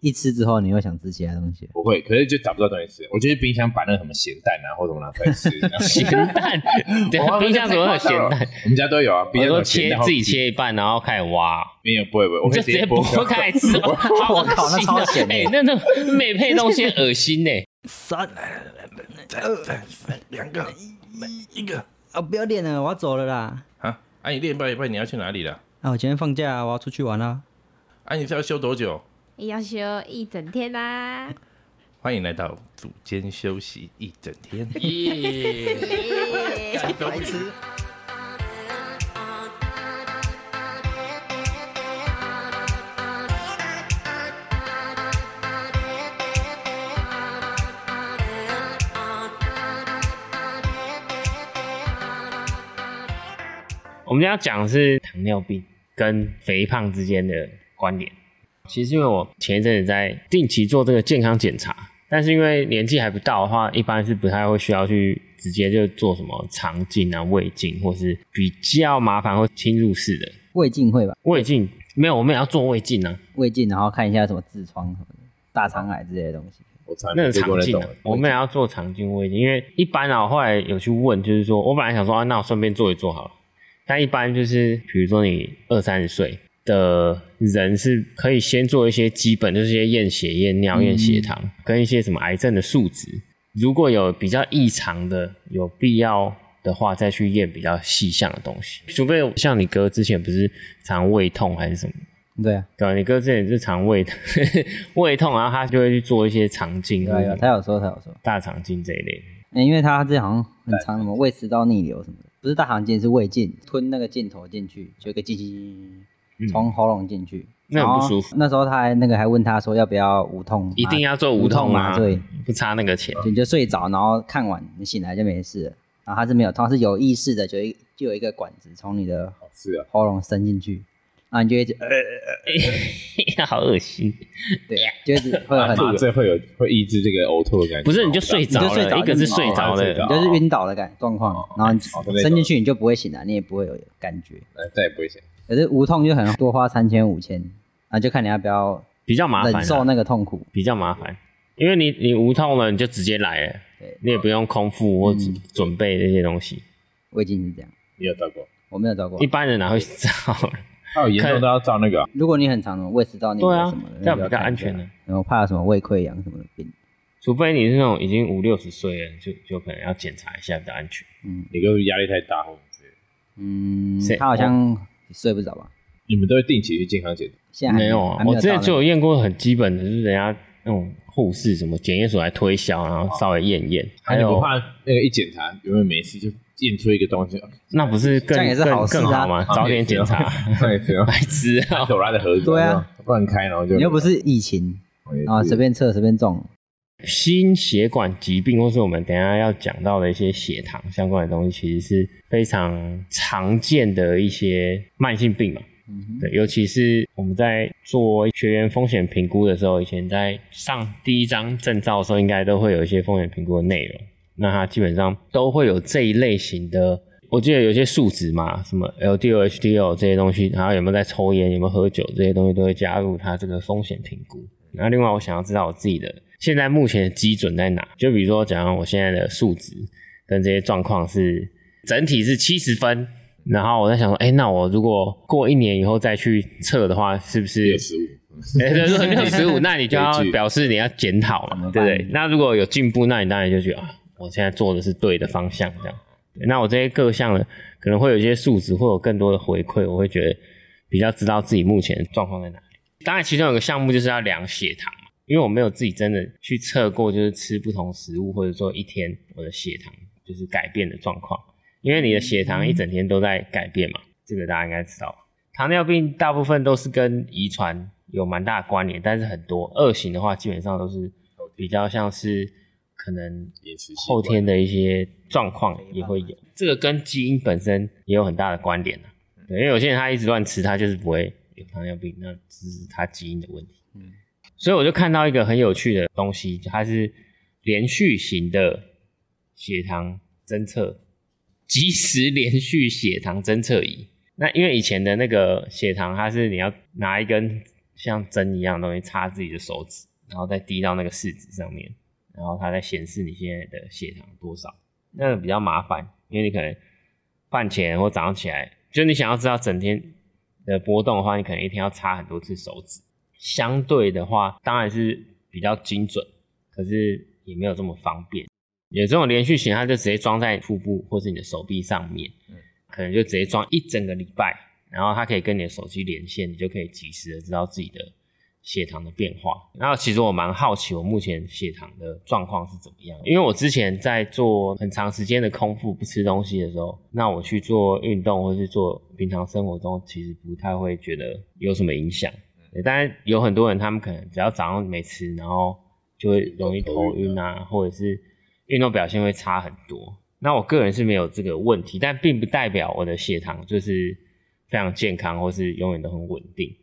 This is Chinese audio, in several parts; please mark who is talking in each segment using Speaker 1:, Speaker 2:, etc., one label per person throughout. Speaker 1: 一吃之后，你会想吃其他东西？
Speaker 2: 不会，可是就找不到东西吃。我就去冰箱把那个什么咸蛋啊或什么拿出来 吃。
Speaker 3: 咸蛋，对
Speaker 2: 我，
Speaker 3: 冰箱怎么会有咸蛋？？
Speaker 2: 我们家都有啊，冰
Speaker 3: 我
Speaker 2: 箱都
Speaker 3: 说
Speaker 2: 有咸
Speaker 3: 切
Speaker 2: 蛋
Speaker 3: 自己，切一半，然后开始挖，
Speaker 2: 没有不会不会，我
Speaker 3: 你
Speaker 2: 会
Speaker 3: 就直接剥
Speaker 2: 剥
Speaker 3: 开来吃哦吧。
Speaker 1: 我
Speaker 3: 我
Speaker 1: 靠那超咸的
Speaker 3: 哎，那那美配东西很恶心呢。
Speaker 1: 三
Speaker 4: 两个，一个
Speaker 1: 啊，不要练了，我要走了啦。
Speaker 4: 啊！啊，你练半一半，你要去哪里了？
Speaker 1: 啊，我今天放假，我要出去玩啦。
Speaker 4: 啊，你是要休多久？
Speaker 5: 要休一整天啦、
Speaker 4: 欢迎来到组间休息一整天。
Speaker 3: 我们今天要讲的是糖尿病跟肥胖之间的关联。其实因为我前一阵子在定期做这个健康检查，但是因为年纪还不到的话，一般是不太会需要去直接就做什么肠镜啊、胃镜，或是比较麻烦或侵入式的
Speaker 1: 胃镜会吧？
Speaker 3: 胃镜。没有，我们也要做胃镜啊，
Speaker 1: 胃镜，然后看一下什么痔疮什么的、大肠癌之类的东西。
Speaker 2: 我从来
Speaker 3: 那
Speaker 2: 没
Speaker 3: 个
Speaker 2: 吃过
Speaker 3: 肠
Speaker 2: 那
Speaker 3: 镜
Speaker 2: 种
Speaker 3: 啊，，我们也要做肠镜、胃镜，因为一般啊，我后来有去问，就是说我本来想说啊，那我顺便做一做好了。但一般就是，比如说你二三十岁的人是可以先做一些基本，就是一些验血、验尿、验血糖、跟一些什么癌症的数值。如果有比较异常的，有必要的话，再去验比较细项的东西。除非像你哥之前不是常胃痛还是什么，
Speaker 1: 对啊，
Speaker 3: 对吧、你哥之前是常胃 胃痛，然后他就会去做一些肠镜
Speaker 1: 有
Speaker 3: 或
Speaker 1: 啊
Speaker 3: 者什么，
Speaker 1: 有啊，他有说他有说，
Speaker 3: 大肠镜这一类。
Speaker 1: 欸因为他这好像很长，什么胃食道逆流什么的，不是大肠镜是胃镜，吞那个镜头进去，就一个进进
Speaker 3: 嗯
Speaker 1: 从喉咙进去，
Speaker 3: 那很不舒
Speaker 1: 然后
Speaker 3: 服
Speaker 1: 那时候他还那个还问他说要不要无痛麻，
Speaker 3: 一定要做无痛
Speaker 1: 麻
Speaker 3: 麻
Speaker 1: 醉
Speaker 3: 醉，，不差那个钱。
Speaker 1: 就你就睡着，然后看完你醒来就没事了。然后他是没有，他是有意识的，就一就有一个管子从你的
Speaker 2: 是啊，
Speaker 1: 喉咙伸进去，然后你就一直呃，
Speaker 3: 好恶心！
Speaker 1: 对，就一直会 有很
Speaker 2: 麻醉会有会抑制这个呕吐的感觉。
Speaker 3: 不是你就睡着
Speaker 1: 你就睡
Speaker 3: 了，
Speaker 1: 着
Speaker 3: 一个是睡着
Speaker 2: 哦睡
Speaker 3: 了
Speaker 2: 着，
Speaker 1: 你就是晕倒的感状况，
Speaker 3: 哦
Speaker 1: 然后
Speaker 2: 哦
Speaker 1: 你伸进去你就不会醒来，你也不会有感觉。
Speaker 2: 呃，再也不会想。
Speaker 1: 可是无痛就很多花三千五千，啊，就看你要不要
Speaker 3: 比较麻
Speaker 1: 忍
Speaker 3: 烦
Speaker 1: 受
Speaker 3: 啊，
Speaker 1: 那个痛苦。
Speaker 3: 比较麻烦，因为你你无痛了，你就直接来了
Speaker 1: 对，嗯
Speaker 3: 你也不用空腹或准准备这些东西。
Speaker 1: 胃镜是这样，
Speaker 2: 你有照过？
Speaker 1: 我没有照过
Speaker 3: 一。般人哪会知道？啊
Speaker 2: 还有严重都要照那个啊，
Speaker 1: 如果你很长的胃食道逆流
Speaker 3: 对啊
Speaker 1: 什么的，
Speaker 3: 这样
Speaker 1: 那就
Speaker 3: 比较
Speaker 1: 要看
Speaker 3: 安
Speaker 1: 一下
Speaker 3: 全啊。
Speaker 1: 然后怕有什么胃溃疡什么的病，
Speaker 3: 除非你是那种已经五六十岁了，就就可能要检查一下比较安全。
Speaker 1: 嗯
Speaker 2: 你就是压力太大，或者是
Speaker 1: 嗯
Speaker 3: 是，
Speaker 1: 他好像睡不着吧？
Speaker 2: 你们都会定期去健康检查。
Speaker 1: 现在还
Speaker 3: 没有
Speaker 1: 还
Speaker 3: 啊，
Speaker 1: 没
Speaker 3: 我
Speaker 1: 有
Speaker 3: 之前
Speaker 1: 到那
Speaker 3: 就有
Speaker 1: 个
Speaker 3: 验过很基本的，就是人家那种护士什么检验所来推销，然后稍微验验。哎还
Speaker 1: 哎
Speaker 2: 还有
Speaker 3: 有
Speaker 2: 不怕那个一检查有没有没事就验出一个东西？
Speaker 3: 那不是更
Speaker 1: 这样也是
Speaker 3: 更
Speaker 1: 好事啊
Speaker 3: 更好吗？早点检查，。
Speaker 2: 那也行
Speaker 3: 白痴啊！
Speaker 2: 手拉的盒子，
Speaker 1: 对啊，
Speaker 2: 乱开，然后就哦
Speaker 1: 你又不是疫情啊，随便测随便中，
Speaker 3: 心血管疾病，或是我们等一下要讲到的一些血糖相关的东西，其实是非常常见的一些慢性病嘛。
Speaker 1: 嗯哼，
Speaker 3: 对，尤其是我们在做学员风险评估的时候，以前在上第一张证照的时候，应该都会有一些风险评估的内容。那它基本上都会有这一类型的，我记得有些数值嘛，什么 LDL、HDL 这些东西，然后有没有在抽烟、有没有喝酒这些东西，都会加入它这个风险评估。那另外，我想要知道我自己的现在目前的基准在哪？就比如说，假如我现在的数值跟这些状况是整体是七十分，然后我在想说，哎、那我如果过一年以后再去测的话，是不是
Speaker 2: 六十五，
Speaker 3: 哎，对，如果六十五，那 你就要表示你要检讨
Speaker 1: 怎么
Speaker 3: 嘛，
Speaker 1: 办
Speaker 3: 对不对？那如果有进步，那你当然就觉得啊，我现在做的是对的方向，这样。对那我这些各项呢，可能会有一些数值，会有更多的回馈，我会觉得比较知道自己目前的状况在哪里。当然，其中有个项目就是要量血糖嘛，因为我没有自己真的去测过，就是吃不同食物或者说一天我的血糖就是改变的状况，因为你的血糖一
Speaker 2: 嗯
Speaker 3: 整天都在改变嘛，这个大家应该知道。糖尿病大部分都是跟遗传有蛮大的关联，但是很多二型的话，基本上都是比较像是可能
Speaker 2: 饮食习惯
Speaker 3: 后天的一些状况也会有，这个跟基因本身也有很大的关联啊。对，因为有些人他一直乱吃，他就是不会有糖尿病，那只是他基因的问题。
Speaker 1: 嗯
Speaker 3: 所以我就看到一个很有趣的东西，它是连续型的血糖侦测，即时连续血糖侦测仪。那因为以前的那个血糖，它是你要拿一根像针一样的东西插自己的手指，然后再滴到那个试纸上面，然后它再显示你现在的血糖多少。那个比较麻烦，因为你可能饭前或早上起来，就你想要知道整天的波动的话，你可能一天要插很多次手指。相对的话，当然是比较精准，可是也没有这么方便。有这种连续型，它就直接装在腹部或是你的手臂上面，可能就直接装一整个礼拜，然后它可以跟你的手机连线，你就可以及时的知道自己的血糖的变化。然后其实我蛮好奇，我目前血糖的状况是怎么样？因为我之前在做很长时间的空腹不吃东西的时候，那我去做运动或是做平常生活中，其实不太会觉得有什么影响。对当然有很多人，他们可能只要早上没吃，然后就会容易头晕啊，或者是运动表现会差很多。那我个人是没有这个问题，但并不代表我的血糖就是非常健康，或是永远都很稳定。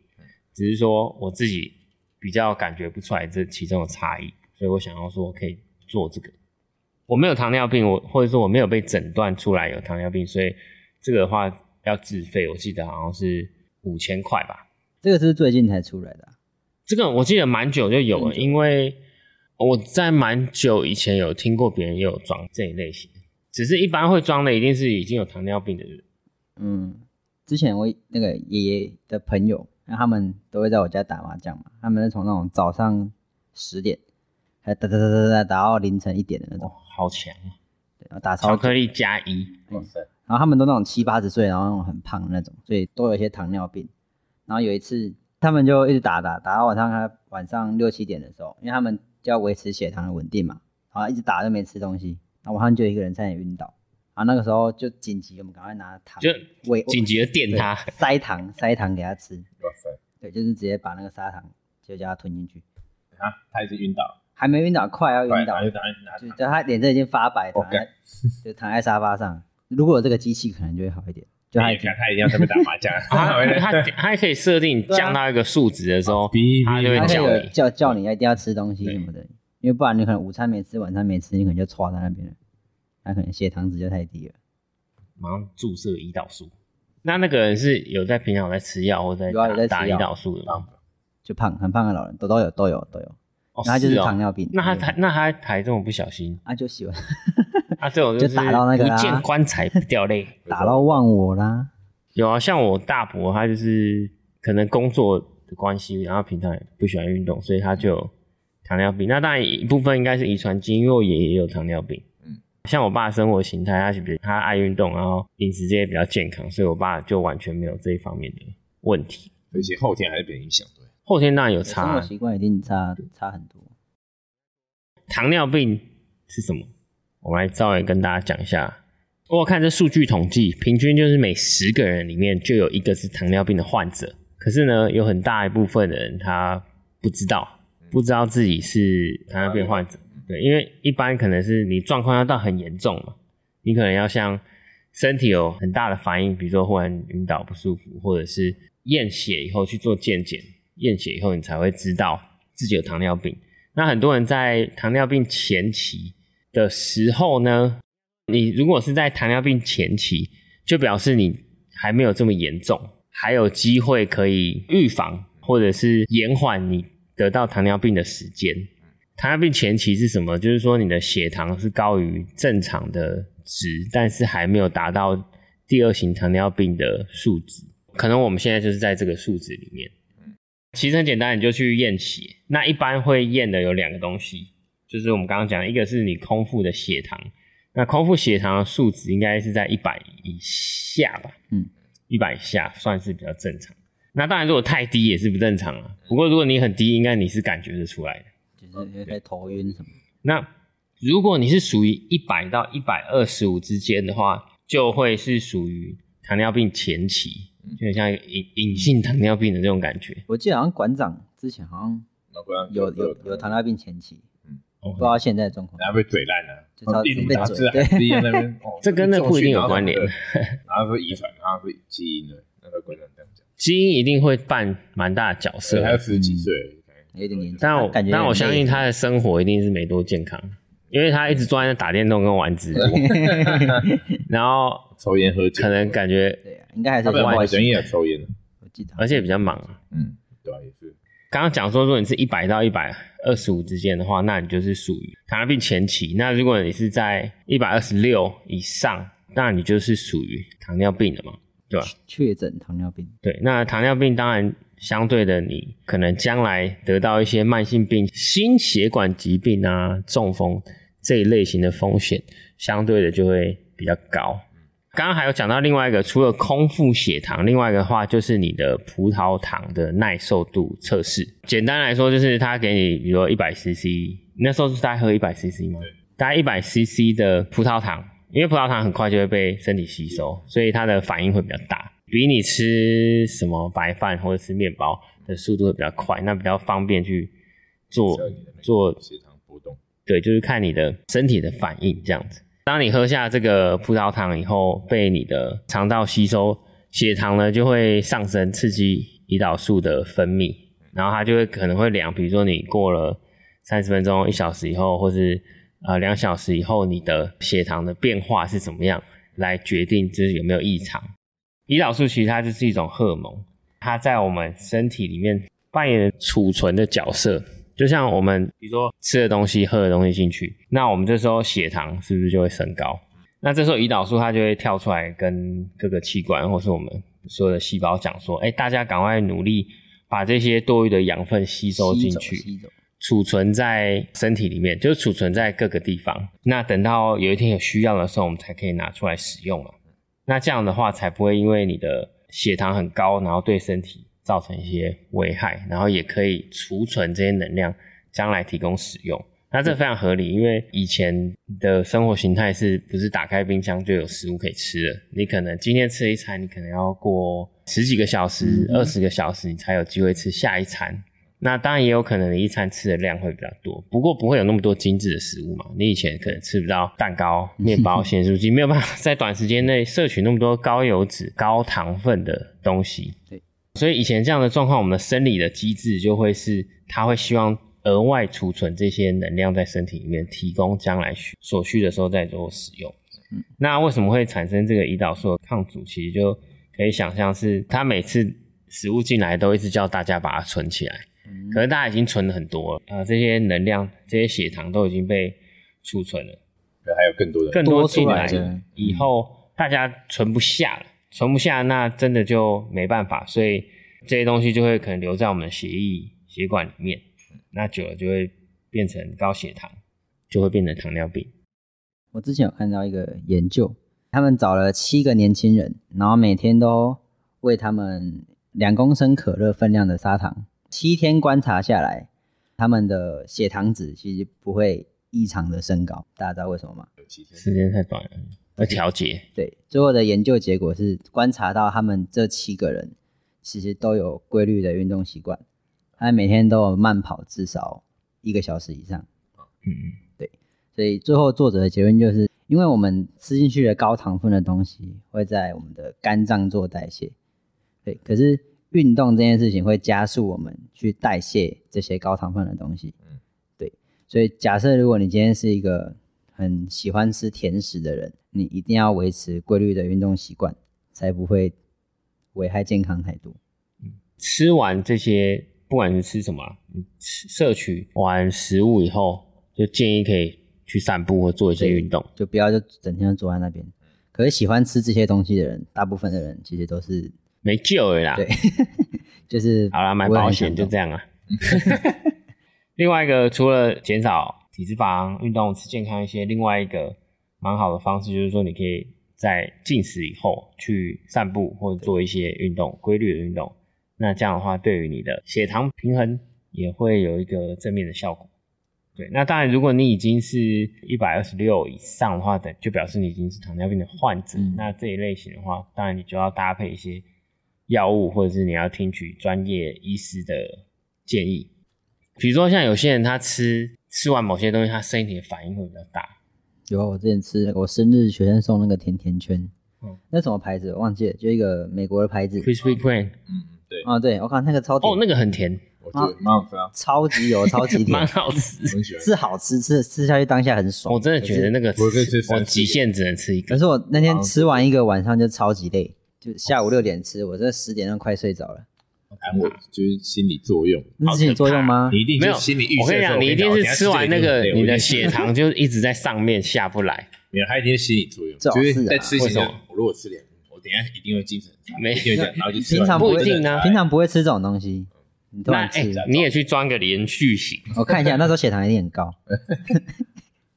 Speaker 3: 只是说我自己比较感觉不出来这其中的差异，所以我想要说可以做这个。我没有糖尿病，我或者说我没有被诊断出来有糖尿病，所以这个的话要自费，我记得好像是五千块吧。
Speaker 1: 这个是不是最近才出来的啊、
Speaker 3: 这个我记得蛮久就有了，因为我在蛮久以前有听过别人也有装这一类型，只是一般会装的一定是已经有糖尿病的人。
Speaker 1: 嗯，之前我那个爷爷的朋友，那他们都会在我家打麻将嘛，他们是从那种早上十点，还打打打打打打到凌晨一点的那
Speaker 3: 哇
Speaker 1: 种，，
Speaker 3: 好强啊！
Speaker 1: 对然后打超
Speaker 3: 巧
Speaker 1: 久，
Speaker 3: 克力加一，
Speaker 2: 哇塞，
Speaker 1: 然后他们都那种七八十岁，然后那种很胖的那种，所以都有一些糖尿病。然后有一次他们就一直打打打到晚上，他晚上六七点的时候，因为他们就要维持血糖的稳定嘛，然后一直打都没吃东西，然后晚上就有一个人差点晕倒。然后那个时候就紧急，我们赶快拿糖，
Speaker 3: 就
Speaker 1: 喂
Speaker 3: 紧急的电
Speaker 1: 对
Speaker 3: 他，
Speaker 1: 塞糖塞糖给他吃，
Speaker 2: 哇塞，
Speaker 1: 对，就是直接把那个砂糖就叫他吞进去，
Speaker 2: 啊，他已经晕倒了，
Speaker 1: 还没晕倒，快要
Speaker 2: 快
Speaker 1: 晕倒
Speaker 2: 拿，就拿拿
Speaker 1: 就
Speaker 2: 拿，
Speaker 1: 就他脸色已经发白，躺
Speaker 2: OK
Speaker 1: 在就躺在沙发上。如果有这个机器，可能就会好一点，就他
Speaker 2: 他
Speaker 1: 已
Speaker 2: 也
Speaker 1: 经
Speaker 2: 看他一样在那边打麻 将，
Speaker 3: 他啊他他也可以设定
Speaker 1: 对啊啊
Speaker 3: 降到一个数值的时候
Speaker 2: 哔哔，
Speaker 3: 他就会
Speaker 1: 他
Speaker 3: 叫
Speaker 1: 会有
Speaker 3: 你。
Speaker 1: 叫叫你一定要吃东西什么的，因为不然你可能午餐没吃，晚餐没吃，你可能就戳在那边了，他可能血糖值就太低了。
Speaker 3: 马上注射胰岛素。那那个人是有在平常有在吃药或在
Speaker 1: 有啊有在
Speaker 3: 打
Speaker 1: 吃
Speaker 3: 打
Speaker 1: 药
Speaker 3: 胰
Speaker 1: 啊
Speaker 3: 岛素的吗？
Speaker 1: 就胖很胖的老人都都有都有都有，
Speaker 3: 哦
Speaker 1: 然后他就是是
Speaker 3: 哦
Speaker 1: 糖尿病。
Speaker 3: 那他
Speaker 1: 对
Speaker 3: 还那他还这么不小心
Speaker 1: 啊就 喜欢
Speaker 3: 啊？这种是
Speaker 1: 就打到那个啊啦
Speaker 3: 不见棺材不掉泪。
Speaker 1: 打到忘我啦，
Speaker 3: 有啊，像我大伯，他就是可能工作的关系，然后平常也不喜欢运动，所以他
Speaker 1: 嗯
Speaker 3: 就有糖尿病。那当然一部分应该是遗传基因，因为我爷爷也有糖尿病。嗯
Speaker 2: 嗯，
Speaker 3: 像我爸的生活形态，他是比如他爱运动，然后饮食这些比较健康，所以我爸就完全没有这一方面的问题。
Speaker 2: 而且后天还是被影响，对，
Speaker 3: 后天当然有差
Speaker 1: 生活
Speaker 3: 啊，
Speaker 1: 习惯一定差差很多。
Speaker 3: 糖尿病是什么？我们来稍微跟大家讲一下。我有看这数据统计，平均就是每十个人里面就有一个是糖尿病的患者。可是呢，有很大一部分的人他不知道，不知道自己是糖尿病患者。对，因为一般可能是你状况要到很严重嘛，你可能要像身体有很大的反应，比如说忽然晕倒不舒服，或者是验血以后去做健检，验血以后你才会知道自己有糖尿病。那很多人在糖尿病前期的时候呢，你如果是在糖尿病前期，就表示你还没有这么严重，还有机会可以预防或者是延缓你得到糖尿病的时间。糖尿病前期是什么？就是说你的血糖是高于正常的值，但是还没有达到第二型糖尿病的数值。可能我们现在就是在这个数值里面。其实很简单，你就去验血。那一般会验的有两个东西，就是我们刚刚讲的，一个是你空腹的血糖，那空腹血糖的数值应该是在一百以下吧？
Speaker 1: 嗯，
Speaker 3: 一百以下算是比较正常。那当然，如果太低也是不正常啊。不过如果你很低，应该你是感觉得出来的。哦
Speaker 1: 就是有点头晕什么的，
Speaker 3: 那如果你是属于一百到一百二十五之间的话，就会是属于糖尿病前期，就很像一个隐隐性糖尿病的这种感觉。
Speaker 1: 我记得好像馆长之前好像
Speaker 2: 难怪
Speaker 1: 有有有糖，尿病前期，
Speaker 3: 哦
Speaker 1: 不知道现在的状况，
Speaker 2: 然后被嘴烂了，
Speaker 1: 就超
Speaker 2: 一
Speaker 1: 直
Speaker 2: 路
Speaker 1: 被
Speaker 2: 打字
Speaker 1: 嘴，
Speaker 2: 还
Speaker 1: 对，
Speaker 2: 是一样在 那边，哦
Speaker 3: 这跟那不一定有关联
Speaker 2: 这个重训 然后说遗传，然后是基因的，那个观众这样讲，
Speaker 3: 基因一定会扮蛮大的角
Speaker 2: 所
Speaker 3: 色啊
Speaker 2: 以，他十
Speaker 3: 嗯
Speaker 2: 几岁，
Speaker 1: 有点年纪，
Speaker 3: 但我
Speaker 1: 感觉
Speaker 3: 但我相信
Speaker 1: 他。
Speaker 3: 他的生活一定是没多健康，因为他一直坐在那打电动跟玩 直播，然后
Speaker 2: 抽烟喝酒，
Speaker 3: 可能感觉
Speaker 1: 对啊，应该还是
Speaker 2: 他
Speaker 1: 有
Speaker 2: 本
Speaker 1: 些
Speaker 2: 来
Speaker 1: 外
Speaker 2: 人
Speaker 1: 形。
Speaker 2: 也有抽烟的，
Speaker 1: 我记得，
Speaker 3: 而且比较忙啊，
Speaker 2: 嗯，对啊，也是
Speaker 3: 刚刚讲说，如果你是一百到一百二十五之间的话，那你就是属于糖尿病前期；那如果你是在一百二十六以上，那你就是属于糖尿病了嘛。
Speaker 1: 确诊糖尿病，
Speaker 3: 对，那糖尿病当然相对的，你可能将来得到一些慢性病、心血管疾病啊、中风这一类型的风险，相对的就会比较高。刚刚还有讲到另外一个，除了空腹血糖，另外一个话就是你的葡萄糖的耐受度测试。简单来说，就是它给你，比如说一百 CC，那时候是大概喝一百 CC 吗？大概一百 CC 的葡萄糖，因为葡萄糖很快就会被身体吸收，所以它的反应会比较大，比你吃什么白饭或者吃面包的速度会比较快，那比较方便去做
Speaker 2: 测你的那个
Speaker 3: 做
Speaker 2: 血糖波动，
Speaker 3: 对，就是看你的身体的反应这样子。当你喝下这个葡萄糖以后，被你的肠道吸收，血糖呢就会上升，刺激胰岛素的分泌，然后它就会可能会量，比如说你过了三十分钟、一小时以后，或是呃两小时以后，你的血糖的变化是怎么样，来决定就是有没有异常。胰岛素其实它就是一种荷尔蒙，它在我们身体里面扮演储存的角色。就像我们比如说吃的东西、喝的东西进去，那我们这时候血糖是不是就会升高？那这时候胰岛素它就会跳出来，跟各个器官或是我们所有的细胞讲说：“哎、大家赶快努力把这些多余的养分吸收进
Speaker 1: 吸走
Speaker 3: 去。
Speaker 1: 吸走
Speaker 3: 储存在身体里面，就是储存在各个地方。那等到有一天有需要的时候，我们才可以拿出来使用嘛。那这样的话，才不会因为你的血糖很高，然后对身体造成一些危害，然后也可以储存这些能量，将来提供使用。那这非常合理，因为以前的生活形态是不是打开冰箱就有食物可以吃了？你可能今天吃一餐，你可能要过十几个小时、
Speaker 1: 嗯
Speaker 3: 二十个小时，你才有机会吃下一餐。那当然也有可能你一餐吃的量会比较多，不过不会有那么多精致的食物嘛。你以前可能吃不到蛋糕、面包、咸酥鸡，没有办法在短时间内摄取那么多高油脂、高糖分的东西。
Speaker 1: 对，
Speaker 3: 所以以前这样的状况，我们的生理的机制就会是，它会希望额外储存这些能量在身体里面，提供将来需所需的时候再做使用。那为什么会产生这个胰岛素的抗阻？其实就可以想象是，它每次食物进来都一直叫大家把它存起来。可是大家已经存了很多了，呃，这些能量、这些血糖都已经被储存了，
Speaker 2: 可能还有更多的
Speaker 3: 更多进
Speaker 1: 多
Speaker 2: 嗯
Speaker 1: 出来的
Speaker 3: 以后，大家存不下了，存不下，那真的就没办法，所以这些东西就会可能留在我们的血液、血管里面，那久了就会变成高血糖，就会变成糖尿病。
Speaker 1: 我之前有看到一个研究，他们找了七个年轻人，然后每天都喂他们两公升可乐分量的砂糖，七天观察下来，他们的血糖值其实不会异常的升高。大家知道为什么吗？
Speaker 3: 时间太短了，要调节。
Speaker 1: 对，最后的研究结果是观察到他们这七个人其实都有规律的运动习惯，他们每天都有慢跑至少一个小时以上。
Speaker 3: 嗯，
Speaker 1: 所以最后作者的结论就是，因为我们吃进去的高糖分的东西会在我们的肝脏做代谢，对，可是运动这件事情会加速我们去代谢这些高糖分的东西，
Speaker 2: 嗯
Speaker 1: 对，所以假设如果你今天是一个很喜欢吃甜食的人，你一定要维持规律的运动习惯，才不会危害健康太多。
Speaker 3: 吃完这些，不管是吃什么啊，你吃摄取完食物以后，就建议可以去散步或做一些运动。嗯
Speaker 1: 就不要就整天就坐在那边。可是喜欢吃这些东西的人，大部分的人其实都是
Speaker 3: 没救了啦。
Speaker 1: 对，就是
Speaker 3: 好啦，买保险就这
Speaker 1: 样。
Speaker 3: 样啊。 另外一个，除了减少体脂肪、运动、吃健康一些，另外一个蛮好的方式就是说，你可以在进食以后去散步或者做一些运动，规律的运动。那这样的话，对于你的血糖平衡也会有一个正面的效果。对，那当然，如果你已经是一百二十六以上的话，等就表示你已经是糖尿病的患者。
Speaker 1: 嗯
Speaker 3: 那这一类型的话，当然你就要搭配一些药物，或者是你要听取专业医师的建议。比如说，像有些人他吃吃完某些东西，他身体的反应会比较大。
Speaker 1: 有啊，我之前吃我生日学生送那个甜甜圈，
Speaker 3: 嗯
Speaker 1: 那什么牌子我忘记了，就一个美国的牌子。
Speaker 3: Krispy Kreme，
Speaker 2: 嗯嗯，对，
Speaker 1: 啊，对，我靠，那个超甜，
Speaker 3: 哦，那个很甜，
Speaker 2: 我觉得蛮好吃啊，
Speaker 1: 超级油，超 级甜，
Speaker 3: 蛮好吃。
Speaker 2: 我很喜欢。
Speaker 1: 是好吃，吃吃下去当下很爽。
Speaker 3: 我真的觉得那个
Speaker 2: 我可以吃
Speaker 3: 我
Speaker 2: 三四
Speaker 3: 极限只能吃一
Speaker 1: 可
Speaker 3: 个。
Speaker 1: 是我那
Speaker 3: 哦
Speaker 1: 天吃完一个晚上就超级累，就下午六点吃，我这十点钟快睡着了。
Speaker 2: 安慰，就是心理作用。
Speaker 1: 那是心理作用吗
Speaker 2: 你一定
Speaker 3: 没有
Speaker 2: 是心理预
Speaker 3: 我
Speaker 2: 设
Speaker 3: 跟你
Speaker 2: 说。
Speaker 3: 讲，你
Speaker 2: 等
Speaker 3: 一定
Speaker 2: 下
Speaker 3: 是
Speaker 2: 等下
Speaker 3: 吃完
Speaker 2: 这
Speaker 3: 那个，
Speaker 2: 对
Speaker 3: 你
Speaker 2: 我
Speaker 3: 的
Speaker 2: 一定
Speaker 3: 血糖就一直在上面下不来。
Speaker 2: 没有，他一定是心理作用，
Speaker 1: 这
Speaker 2: 就
Speaker 1: 种事啊
Speaker 2: 是在吃前
Speaker 3: 为什么
Speaker 2: 我如果吃两个，我等一下一定会精神很差，
Speaker 3: 没
Speaker 2: 一定会这样，然后就吃
Speaker 1: 平常
Speaker 3: 不
Speaker 1: 不
Speaker 3: 一
Speaker 1: 会
Speaker 3: 定啊
Speaker 1: 平常不会吃这种东西，你突
Speaker 2: 啊
Speaker 3: 那
Speaker 1: 然
Speaker 3: 哎、
Speaker 1: 吃，
Speaker 3: 你也去装个连续型，
Speaker 1: 我看一下，那时候血糖一定很 高。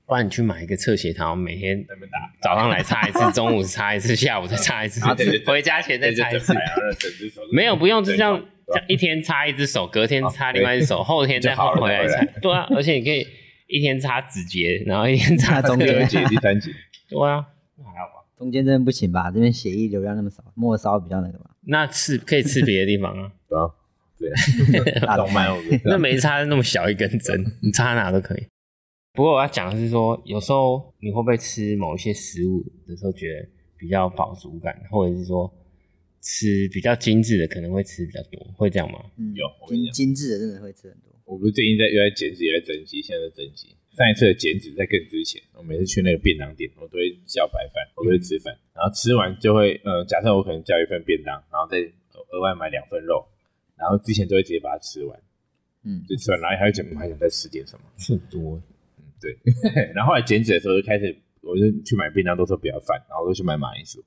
Speaker 3: 不然你去买一个测血糖，每天
Speaker 2: 那边打，
Speaker 3: 早上来擦 一次，中午擦一次，下午再擦一次
Speaker 2: 啊对对，对
Speaker 3: 回家前再
Speaker 2: 对，就
Speaker 3: 擦一
Speaker 2: 整
Speaker 3: 次
Speaker 2: 排。然后整只手都
Speaker 3: 没有，不用，就这样
Speaker 2: 对，
Speaker 3: 这样一天擦一只手，隔天擦
Speaker 2: 啊
Speaker 3: 另外一只手，后天再
Speaker 2: 就好了
Speaker 3: 回来
Speaker 2: 回
Speaker 3: 擦
Speaker 2: 来。
Speaker 3: 对啊，而且你可以一天擦指节，然后一天擦
Speaker 1: 中
Speaker 2: 第
Speaker 1: 间
Speaker 2: 二
Speaker 3: 间。
Speaker 2: 节、第三节，
Speaker 3: 对啊，那还好吧？
Speaker 1: 中间真的不行吧？这边血液流量那么少，末梢比较那个吧。
Speaker 3: 那刺可以刺别的地方啊，
Speaker 2: 对啊，对
Speaker 1: 大
Speaker 2: 啊，动漫我不知道
Speaker 3: 那没插那么小一根 针，你插哪都可以。不过我要讲的是说，有时候你会不会吃某一些食物的时候觉得比较饱足感，或者是说吃比较精致的可能会吃比较多，会这样吗？
Speaker 1: 嗯
Speaker 2: 有我跟
Speaker 1: 精
Speaker 2: 你讲
Speaker 1: 精致的真的会吃很多。
Speaker 2: 我不是最近在又在减脂，也在增肌，现在在增肌。上一次的减脂在更之前，我每次去那个便当店，我都会叫白饭，我都会吃饭，然后吃完就会，呃，假设我可能叫一份便当，然后再额外买两份肉，然后之前都会直接把它吃完，
Speaker 1: 嗯，
Speaker 2: 就吃完，然后还会觉得嗯还想再吃点什么，
Speaker 3: 是多，
Speaker 2: 嗯，对。然后后来减脂的时候就开始，我就去买便当都说不要饭，然后我都去买马铃薯，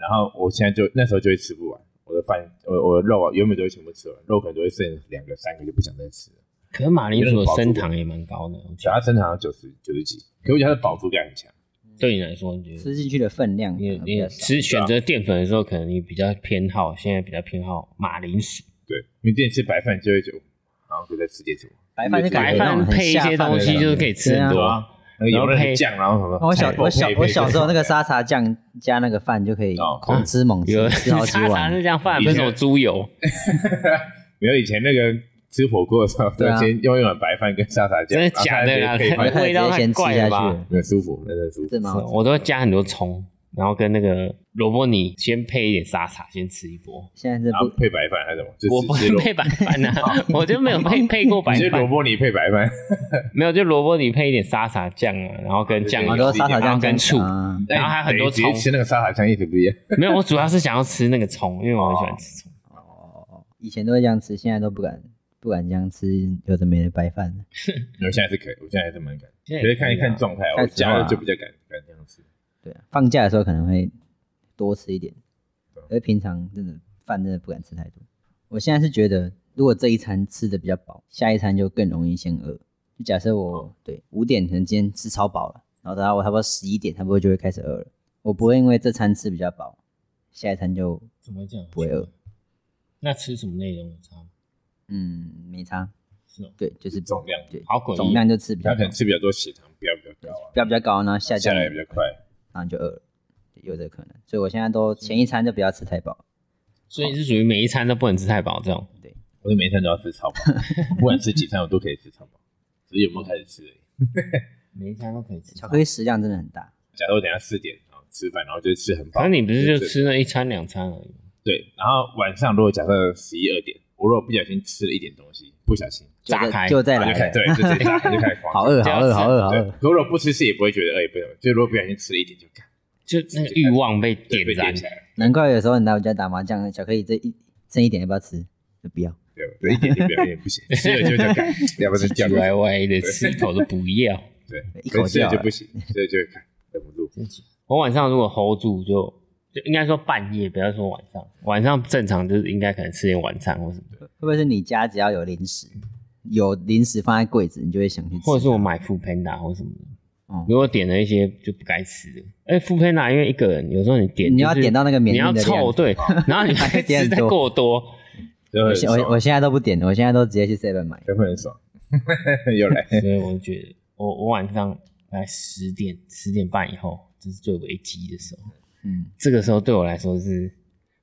Speaker 2: 然后我现在就那时候就会吃不完，我的饭，我我的肉啊原本就会全部吃完，肉可能就会剩两个三个就不想再吃了。
Speaker 3: 可是马铃薯的升糖也蛮高的，我觉
Speaker 2: 小
Speaker 3: 得
Speaker 2: 它升糖九十九十几，可我觉得它的饱足感很强。
Speaker 3: 对你来说，你觉得
Speaker 1: 吃进去的分量
Speaker 3: 你也
Speaker 1: 可能
Speaker 3: 你
Speaker 1: 比较
Speaker 3: 也
Speaker 1: 少。
Speaker 3: 吃选择淀粉的时候，可能你比较偏好，现在比较偏好马铃薯，
Speaker 2: 对，因为之前吃白饭就会觉得，哦然后就在吃点什么，
Speaker 1: 白饭就感
Speaker 3: 白
Speaker 1: 觉那种
Speaker 3: 饭
Speaker 1: 很
Speaker 3: 配一
Speaker 1: 下
Speaker 3: 些
Speaker 1: 饭的
Speaker 3: 东西
Speaker 1: 感觉
Speaker 3: 就是可以吃很
Speaker 1: 对
Speaker 3: 多
Speaker 1: 啊。
Speaker 2: 啊，那个有没
Speaker 3: 然后配
Speaker 2: 有酱，然后什么？
Speaker 1: 我小
Speaker 2: 菜
Speaker 1: 我小
Speaker 2: 配配
Speaker 1: 我小时候那个
Speaker 2: 配
Speaker 1: 沙茶酱加那个饭就可以
Speaker 2: 哦
Speaker 1: 狂吃猛
Speaker 3: 有
Speaker 1: 吃，吃 好几
Speaker 3: 叉叉是
Speaker 1: 碗。
Speaker 3: 这样饭，
Speaker 2: 以
Speaker 3: 为
Speaker 2: 前
Speaker 3: 什么猪油？
Speaker 2: 没有以前那个吃火锅的时候，
Speaker 1: 对啊
Speaker 2: 都先用一碗白饭跟沙茶酱，
Speaker 3: 真的假的啦
Speaker 2: 然后再配
Speaker 1: 我
Speaker 2: 饭
Speaker 1: 开
Speaker 3: 味
Speaker 1: 始
Speaker 3: 道
Speaker 1: 直接
Speaker 3: 太
Speaker 1: 先吃
Speaker 3: 怪了
Speaker 1: 下
Speaker 3: 吧
Speaker 1: 去了，
Speaker 2: 没有舒服，真的舒服。
Speaker 1: 是吗？
Speaker 3: 我都会加很多葱，然后跟那个萝卜泥先配一点沙茶，先吃一波。
Speaker 1: 现在是
Speaker 2: 然后
Speaker 1: 不
Speaker 2: 配白饭还是什么？就
Speaker 3: 我
Speaker 2: 是
Speaker 3: 不
Speaker 2: 吃
Speaker 3: 会
Speaker 2: 肉
Speaker 3: 配白饭 呐、啊，我就没有配配过白
Speaker 2: 你是萝
Speaker 3: 饭，
Speaker 2: 卜泥配白饭，
Speaker 3: 没有就萝卜泥配一点沙茶酱啊，然后跟酱
Speaker 1: 我
Speaker 3: 油
Speaker 1: 都
Speaker 2: 啊，
Speaker 1: 沙茶
Speaker 3: 然后
Speaker 1: 酱
Speaker 3: 跟
Speaker 1: 跟
Speaker 3: 醋。
Speaker 1: 啊
Speaker 3: 然后还有 很多
Speaker 2: 哎直接
Speaker 3: 葱
Speaker 2: 吃那个沙茶酱意思不一样。
Speaker 3: 没有，我主要是想要吃那个葱，因为我很喜欢吃葱。
Speaker 1: 哦哦哦，以前都会这样吃，现在都不敢不敢这样吃，有的没的白饭了。
Speaker 2: 我现在是可以，我现在还是蛮敢，
Speaker 3: 现在
Speaker 2: 可是看一
Speaker 3: 可以啊
Speaker 2: 看状态，
Speaker 1: 太
Speaker 2: 我
Speaker 1: 直了啊
Speaker 2: 加了就比较敢敢这样吃。
Speaker 1: 对啊，放假的时候可能会多吃一点
Speaker 2: 对，啊
Speaker 1: 而平常真的饭真的不敢吃太多。我现在是觉得，如果这一餐吃的比较饱，下一餐就更容易先饿。就假设我、
Speaker 2: 哦
Speaker 1: 对五点可能今天吃超饱了，然后等到我差不多十一点，差不多就会开始饿了。我不会因为这餐吃比较饱，下一餐就
Speaker 3: 怎么会这样？
Speaker 1: 不会饿。
Speaker 3: 那吃什么内容有差吗？
Speaker 1: 嗯没差。
Speaker 3: 是哦
Speaker 1: 对，就是
Speaker 2: 总量
Speaker 1: 对，
Speaker 3: 好诡异
Speaker 1: 总量就吃比较
Speaker 2: 他可
Speaker 1: 饱
Speaker 2: 能，吃比较多血糖比较比较高啊，
Speaker 1: 不要比较高，然后下
Speaker 2: 下
Speaker 1: 降
Speaker 2: 来比较快。
Speaker 1: 然后就饿了，有这个可能。所以我现在都前一餐就不要吃太饱，
Speaker 3: 所以你是属于每一餐都不能吃太饱这
Speaker 2: 哦
Speaker 3: 种。
Speaker 2: 我是每一餐都要吃超饱，不管吃几餐我都可以吃超饱，只是有没有开始吃而已。
Speaker 3: 每一餐都可以吃
Speaker 1: 巧克力食量真的很大。
Speaker 2: 假如我等一下四点然后吃饭，然后就吃很饱。
Speaker 3: 可是你不是就吃那一餐两餐而已吗？
Speaker 2: 对？然后晚上如果假设十一二点，我如果不小心吃了一点东西，不小心
Speaker 1: 就
Speaker 3: 炸
Speaker 1: 在
Speaker 3: 开
Speaker 1: 就再
Speaker 2: 然后
Speaker 1: 来
Speaker 2: 就开
Speaker 1: 了，
Speaker 2: 对，就直接炸就开始狂吃
Speaker 1: 好饿，好哦饿，好饿，好
Speaker 2: 对
Speaker 1: 饿。，
Speaker 2: 可如果不吃是也不会觉得哎饿，也不会，就如果不小心吃了一点就干，
Speaker 3: 就那个欲望被
Speaker 2: 对
Speaker 3: 点
Speaker 2: 被
Speaker 3: 燃
Speaker 2: 点，起来了，
Speaker 1: 难怪有时候你来我家打麻将，巧克力这一剩一点要不要吃？就不要。
Speaker 2: 对，对一点点不 小心不行，吃了就就干，要不然就
Speaker 3: 唧
Speaker 2: 叫
Speaker 3: 唧
Speaker 2: 来
Speaker 3: 歪歪的吃一口都不要。
Speaker 2: 对，
Speaker 1: 一口
Speaker 2: 可是吃了
Speaker 1: 掉
Speaker 2: 就
Speaker 1: 了
Speaker 2: 不行，吃了就会干，忍不住。
Speaker 3: 我晚上如果 hold 住就，就应该说半夜，不要说晚上，晚上正常就是应该可能吃点晚餐或什么的，
Speaker 1: 会不会是啊你家只要有零食，有零食放在柜子，你就会想去吃？啊
Speaker 3: 或者是我买副 panda 或什么的。
Speaker 1: 哦
Speaker 3: 如果点了一些就不该吃的，哎，副 panda 因为一个人有时候你点、
Speaker 1: 你要
Speaker 3: 就是
Speaker 1: 点到那个免
Speaker 3: 你
Speaker 1: 疫的
Speaker 3: 要
Speaker 1: 量
Speaker 3: 凑对，然后你还
Speaker 1: 点
Speaker 3: 吃
Speaker 1: 很
Speaker 3: 再
Speaker 1: 多
Speaker 3: 过多，
Speaker 2: 就
Speaker 1: 我
Speaker 2: 很
Speaker 1: 现我我
Speaker 2: 爽，
Speaker 1: 现在都不点，我现在都直接去 seven 买。
Speaker 2: 就会很爽， 又来。
Speaker 3: 所以我就觉得我我晚上大概十点十点半以后，这是最危机的时候。
Speaker 1: 嗯，
Speaker 3: 这个时候对我来说是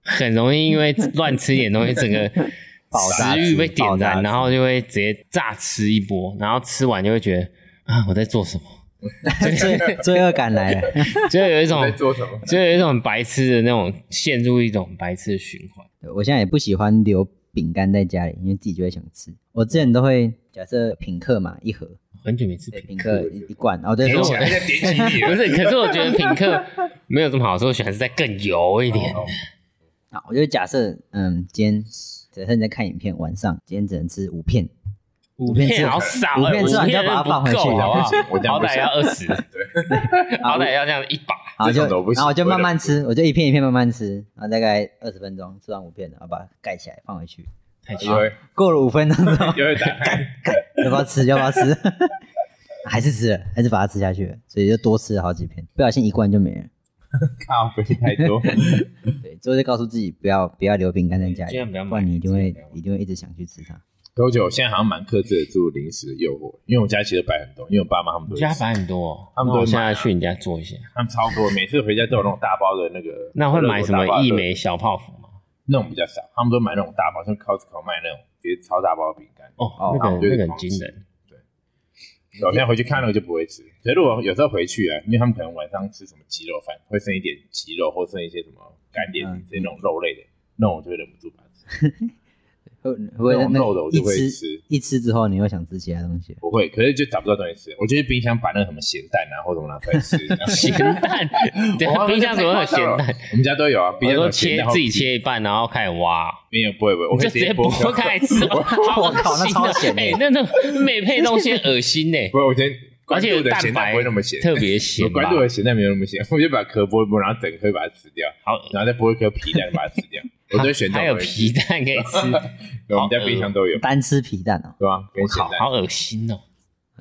Speaker 3: 很容易因为乱吃一点东西，整个
Speaker 1: 爆炸
Speaker 3: 食欲
Speaker 1: 吃
Speaker 3: 被点
Speaker 1: 爆炸
Speaker 3: 燃，
Speaker 1: 吃
Speaker 3: 然后就会直接炸吃一波，然后吃完就会觉得啊我在做什么，
Speaker 1: 罪罪恶感来了。
Speaker 3: 就有一种
Speaker 2: 我在做什么？
Speaker 3: 就有一种白痴的那种陷入一种白痴的循环。
Speaker 1: 对我现在也不喜欢留饼干在家里，因为自己就会想吃。我之前都会假设品客嘛，一盒，
Speaker 3: 很久没吃
Speaker 1: 对，
Speaker 3: 品
Speaker 1: 品客一一罐，然后就
Speaker 3: 给
Speaker 1: 说
Speaker 3: 我
Speaker 2: 起来在点起你
Speaker 3: 不
Speaker 2: 了。
Speaker 3: 是，可是我觉得品客没
Speaker 1: 哦
Speaker 3: 有这么好吃，我喜欢是再更油一点。
Speaker 2: 哦
Speaker 1: 啊，我就假设，嗯，今天对，甚至在看影片，晚上今天只能吃五片，
Speaker 3: 五
Speaker 1: 片
Speaker 3: 片
Speaker 1: 吃完
Speaker 3: 好少，
Speaker 1: 五片
Speaker 3: 哎
Speaker 1: 吃完就要把它放回去
Speaker 3: 五片不够好不好
Speaker 2: 我这样
Speaker 3: 好
Speaker 2: 不行
Speaker 3: 歹要二十，好歹要这样一 把。
Speaker 1: 好就
Speaker 2: 这种的我不行
Speaker 1: 然后我就
Speaker 2: 我也
Speaker 1: 慢慢吃，我就一片一片慢慢吃，然后大概二十分钟吃完五片，然后把它盖起来放回去。
Speaker 3: 太
Speaker 2: 因为
Speaker 1: 过了五分钟之后，
Speaker 2: 因为 打开，
Speaker 1: 要不要吃？要不要吃？ 还是吃了，还是把它吃下去了，所以就多吃了好几片，不小心一罐就没了。
Speaker 2: 咖啡太多，
Speaker 1: 对，之后就告诉自己不要不要留饼干在家里，
Speaker 3: 尽量不要买
Speaker 1: 然你一定会
Speaker 3: 尽量不要买
Speaker 1: 一定会一直想去吃它。
Speaker 2: 多久？我现在好像蛮克制得住零食的诱惑，因为我家其实摆很多，因为我爸妈他们都会
Speaker 3: 你家
Speaker 2: 吃
Speaker 3: 摆很多哦，
Speaker 2: 他们
Speaker 3: 那
Speaker 2: 都会
Speaker 3: 我现
Speaker 2: 买
Speaker 3: 在
Speaker 2: 啊
Speaker 3: 去你家做一下。
Speaker 2: 他们超多，每次回家都有那种大包的那个。
Speaker 3: 那会买什
Speaker 2: 大包
Speaker 3: 么
Speaker 2: 的
Speaker 3: 一枚小泡芙吗？
Speaker 2: 那种比较少，他们都买那种大包，像 Costco 卖那种直接超大包的饼干。
Speaker 3: 哦，那
Speaker 2: 他们
Speaker 3: 个
Speaker 2: 就是
Speaker 3: 那个很
Speaker 2: 狂吃
Speaker 3: 惊人。
Speaker 2: 我现在回去看那个就不会吃。可是如果有时候回去啊，因为他们可能晚上吃什么鸡肉饭，会剩一点鸡肉，或剩一些什么干点
Speaker 1: 嗯
Speaker 2: 这那种肉类的，那种我就会忍不住把它吃。
Speaker 1: 会会
Speaker 2: 那种
Speaker 1: 那
Speaker 2: 肉的我就
Speaker 1: 一
Speaker 2: 会
Speaker 1: 吃
Speaker 2: 吃
Speaker 1: 一吃之后你会想吃其他东西。
Speaker 2: 不会，可是就找不到东西吃。我就去冰箱把那个什么咸蛋啊，或什么拿出来 吃。然后
Speaker 3: 咸蛋，啊等
Speaker 2: 哇
Speaker 3: 下
Speaker 2: 那
Speaker 3: 冰箱 怎么会有咸
Speaker 2: 太夸张
Speaker 3: 蛋
Speaker 2: 了？啊我们家都有啊，冰箱有
Speaker 3: 我说
Speaker 2: 咸
Speaker 3: 切
Speaker 2: 蛋或
Speaker 3: 自己切一半，然后开始挖，
Speaker 2: 没有，不会不会，我
Speaker 3: 你
Speaker 2: 会
Speaker 3: 就直接剥
Speaker 2: 剥掉
Speaker 3: 开来吃。
Speaker 2: 我
Speaker 3: 我
Speaker 1: 靠那超咸的
Speaker 3: 哎，那那美配东西很恶心呢，
Speaker 2: 不会，我先
Speaker 3: 而
Speaker 2: 关
Speaker 3: 且
Speaker 2: 渡的
Speaker 3: 蛋
Speaker 2: 咸蛋
Speaker 3: 白
Speaker 2: 不会那么咸，
Speaker 3: 特别咸
Speaker 2: 我
Speaker 3: 吧
Speaker 2: 关？渡的咸蛋没有那么咸， 我就把壳剥一剥，然后整颗把它吃 掉，
Speaker 3: 好恶，
Speaker 2: 然后再剥一颗皮蛋把它吃掉。我都会选这
Speaker 3: 还
Speaker 2: 种
Speaker 3: 有
Speaker 2: 东西
Speaker 3: 皮蛋可以 吃，
Speaker 2: 对我们家冰箱都有，
Speaker 1: 单吃皮蛋哦，
Speaker 2: 对吧？跟咸
Speaker 3: 好
Speaker 2: 蛋，
Speaker 3: 好恶心哦。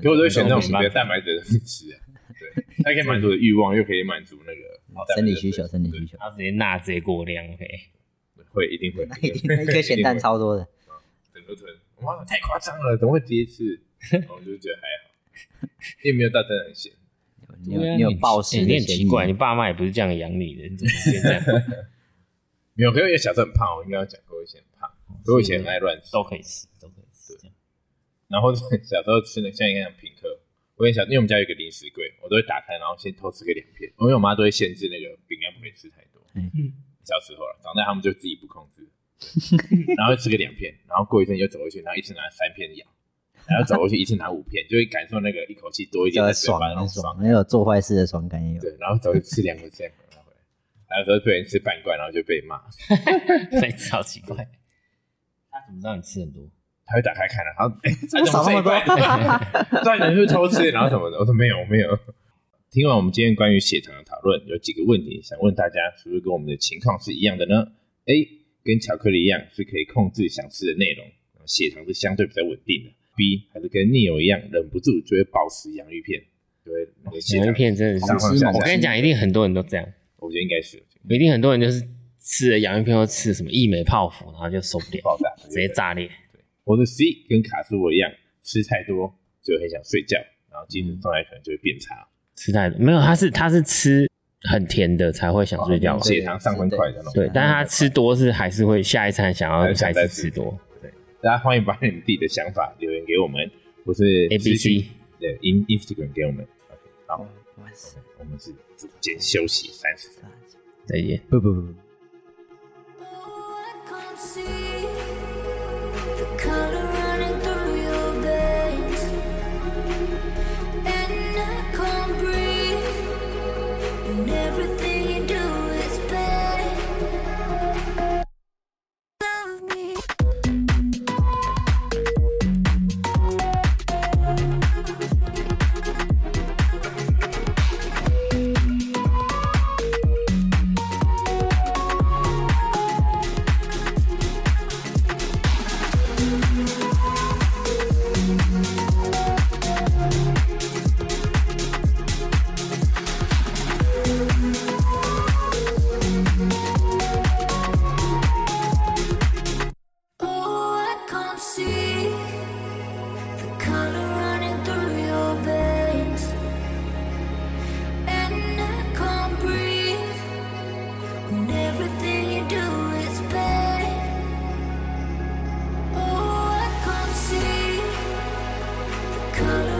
Speaker 2: 可我都会选那种
Speaker 3: 这
Speaker 2: 比
Speaker 3: 种
Speaker 2: 较蛋白质的东西吃啊。对，它可以满足我的欲望，又可以满足那个
Speaker 1: 生理需求，生理需求。
Speaker 3: 他直接钠直接过量，OK，
Speaker 2: 求，会一定会
Speaker 1: 那 一定那一颗咸蛋，超多的，
Speaker 2: 整个吞，哇，太夸张了，怎么会直接 吃？哦我就觉得还好，也没有到真的很咸。
Speaker 1: 你有
Speaker 3: 对啊
Speaker 1: 你有
Speaker 3: 很
Speaker 1: 暴
Speaker 3: 奇
Speaker 1: 食
Speaker 3: 哎你
Speaker 1: 的
Speaker 3: 很
Speaker 1: 嫌
Speaker 3: 奇
Speaker 1: 疑。
Speaker 3: 怪，你爸妈也不是这样养你的，你怎么变这样
Speaker 2: 没有，可是因为小时候很胖，我应该有讲过，我以前很胖，所以我以前很爱乱吃
Speaker 3: 都。可以吃，都可以吃。这样
Speaker 2: 然后 小时候吃的像一样品客，我跟小，因为我们家有一个零食柜，我都会打开，然后先偷吃个两片，因为我妈都会限制那个饼干不可以吃太多。
Speaker 1: 嗯
Speaker 2: 嗯，小时候了，长大他们就自己不控制，然后吃个两片，然后过一阵又走回去，然后一次拿三片咬，然后走回去一次拿五片，就会感受那个一口气多一
Speaker 1: 就会
Speaker 2: 点的嘴
Speaker 1: 爽，
Speaker 2: 巴那
Speaker 1: 很
Speaker 2: 种
Speaker 1: 爽那
Speaker 2: 爽，，
Speaker 1: 有做坏事的爽感也有。
Speaker 2: 对，然后走回去吃两个这样，然后回来，还有时候被人吃半罐，然后就被骂，
Speaker 3: 对，超奇怪。他怎么让你吃很多？
Speaker 2: 他会打开看了，然后哎，
Speaker 1: 怎么少那么多
Speaker 2: 这一罐这你是偷吃，然后什么的？我说没有没有。听完我们今天关于血糖的讨论，有几个问题想问大家，是不是跟我们的情况是一样的呢？A. 跟巧克力一样是可以控制想吃的内容，血糖是相对比较稳定的。B. 还是跟 Neo 一样，忍不住就会暴食洋芋片，就会那个血
Speaker 3: 哦洋
Speaker 2: 糖
Speaker 3: 芋片真的是
Speaker 2: 上上下下
Speaker 3: 我跟你讲，一定很多人都这样，
Speaker 2: 我觉得应该是
Speaker 3: 一定很多人就是吃了洋芋片或吃什么一美泡芙，然后就受不了，
Speaker 2: 爆炸，
Speaker 3: 直接炸裂。
Speaker 2: 或者 C 跟卡斯我一样，吃太多就很想睡觉，然后精神状态可能就会变差。
Speaker 3: 吃太多没有，他是他是吃很甜的才会想睡觉嘛
Speaker 1: 哦，
Speaker 2: 血糖上升快的那种。
Speaker 3: 对，但他吃多是还是会下一餐想要
Speaker 2: 还是想
Speaker 3: 再
Speaker 2: 再
Speaker 3: 次
Speaker 2: 吃
Speaker 3: 吃多。
Speaker 2: 大家欢迎把你们自己的想法留言给我们，或是
Speaker 3: A B C
Speaker 2: 对 in Instagram 给我们。OK，好，
Speaker 1: 哇塞
Speaker 2: 我们是组间休息三十分钟。
Speaker 3: 再见。
Speaker 1: 不不不不。
Speaker 6: I can't see the color running through your veins, and I can't breathe. And everything you do is pain. Love me. Oh, I can't see the color running through your veins, and I can't breathe. When everything you do is pain. Oh, I can't see the color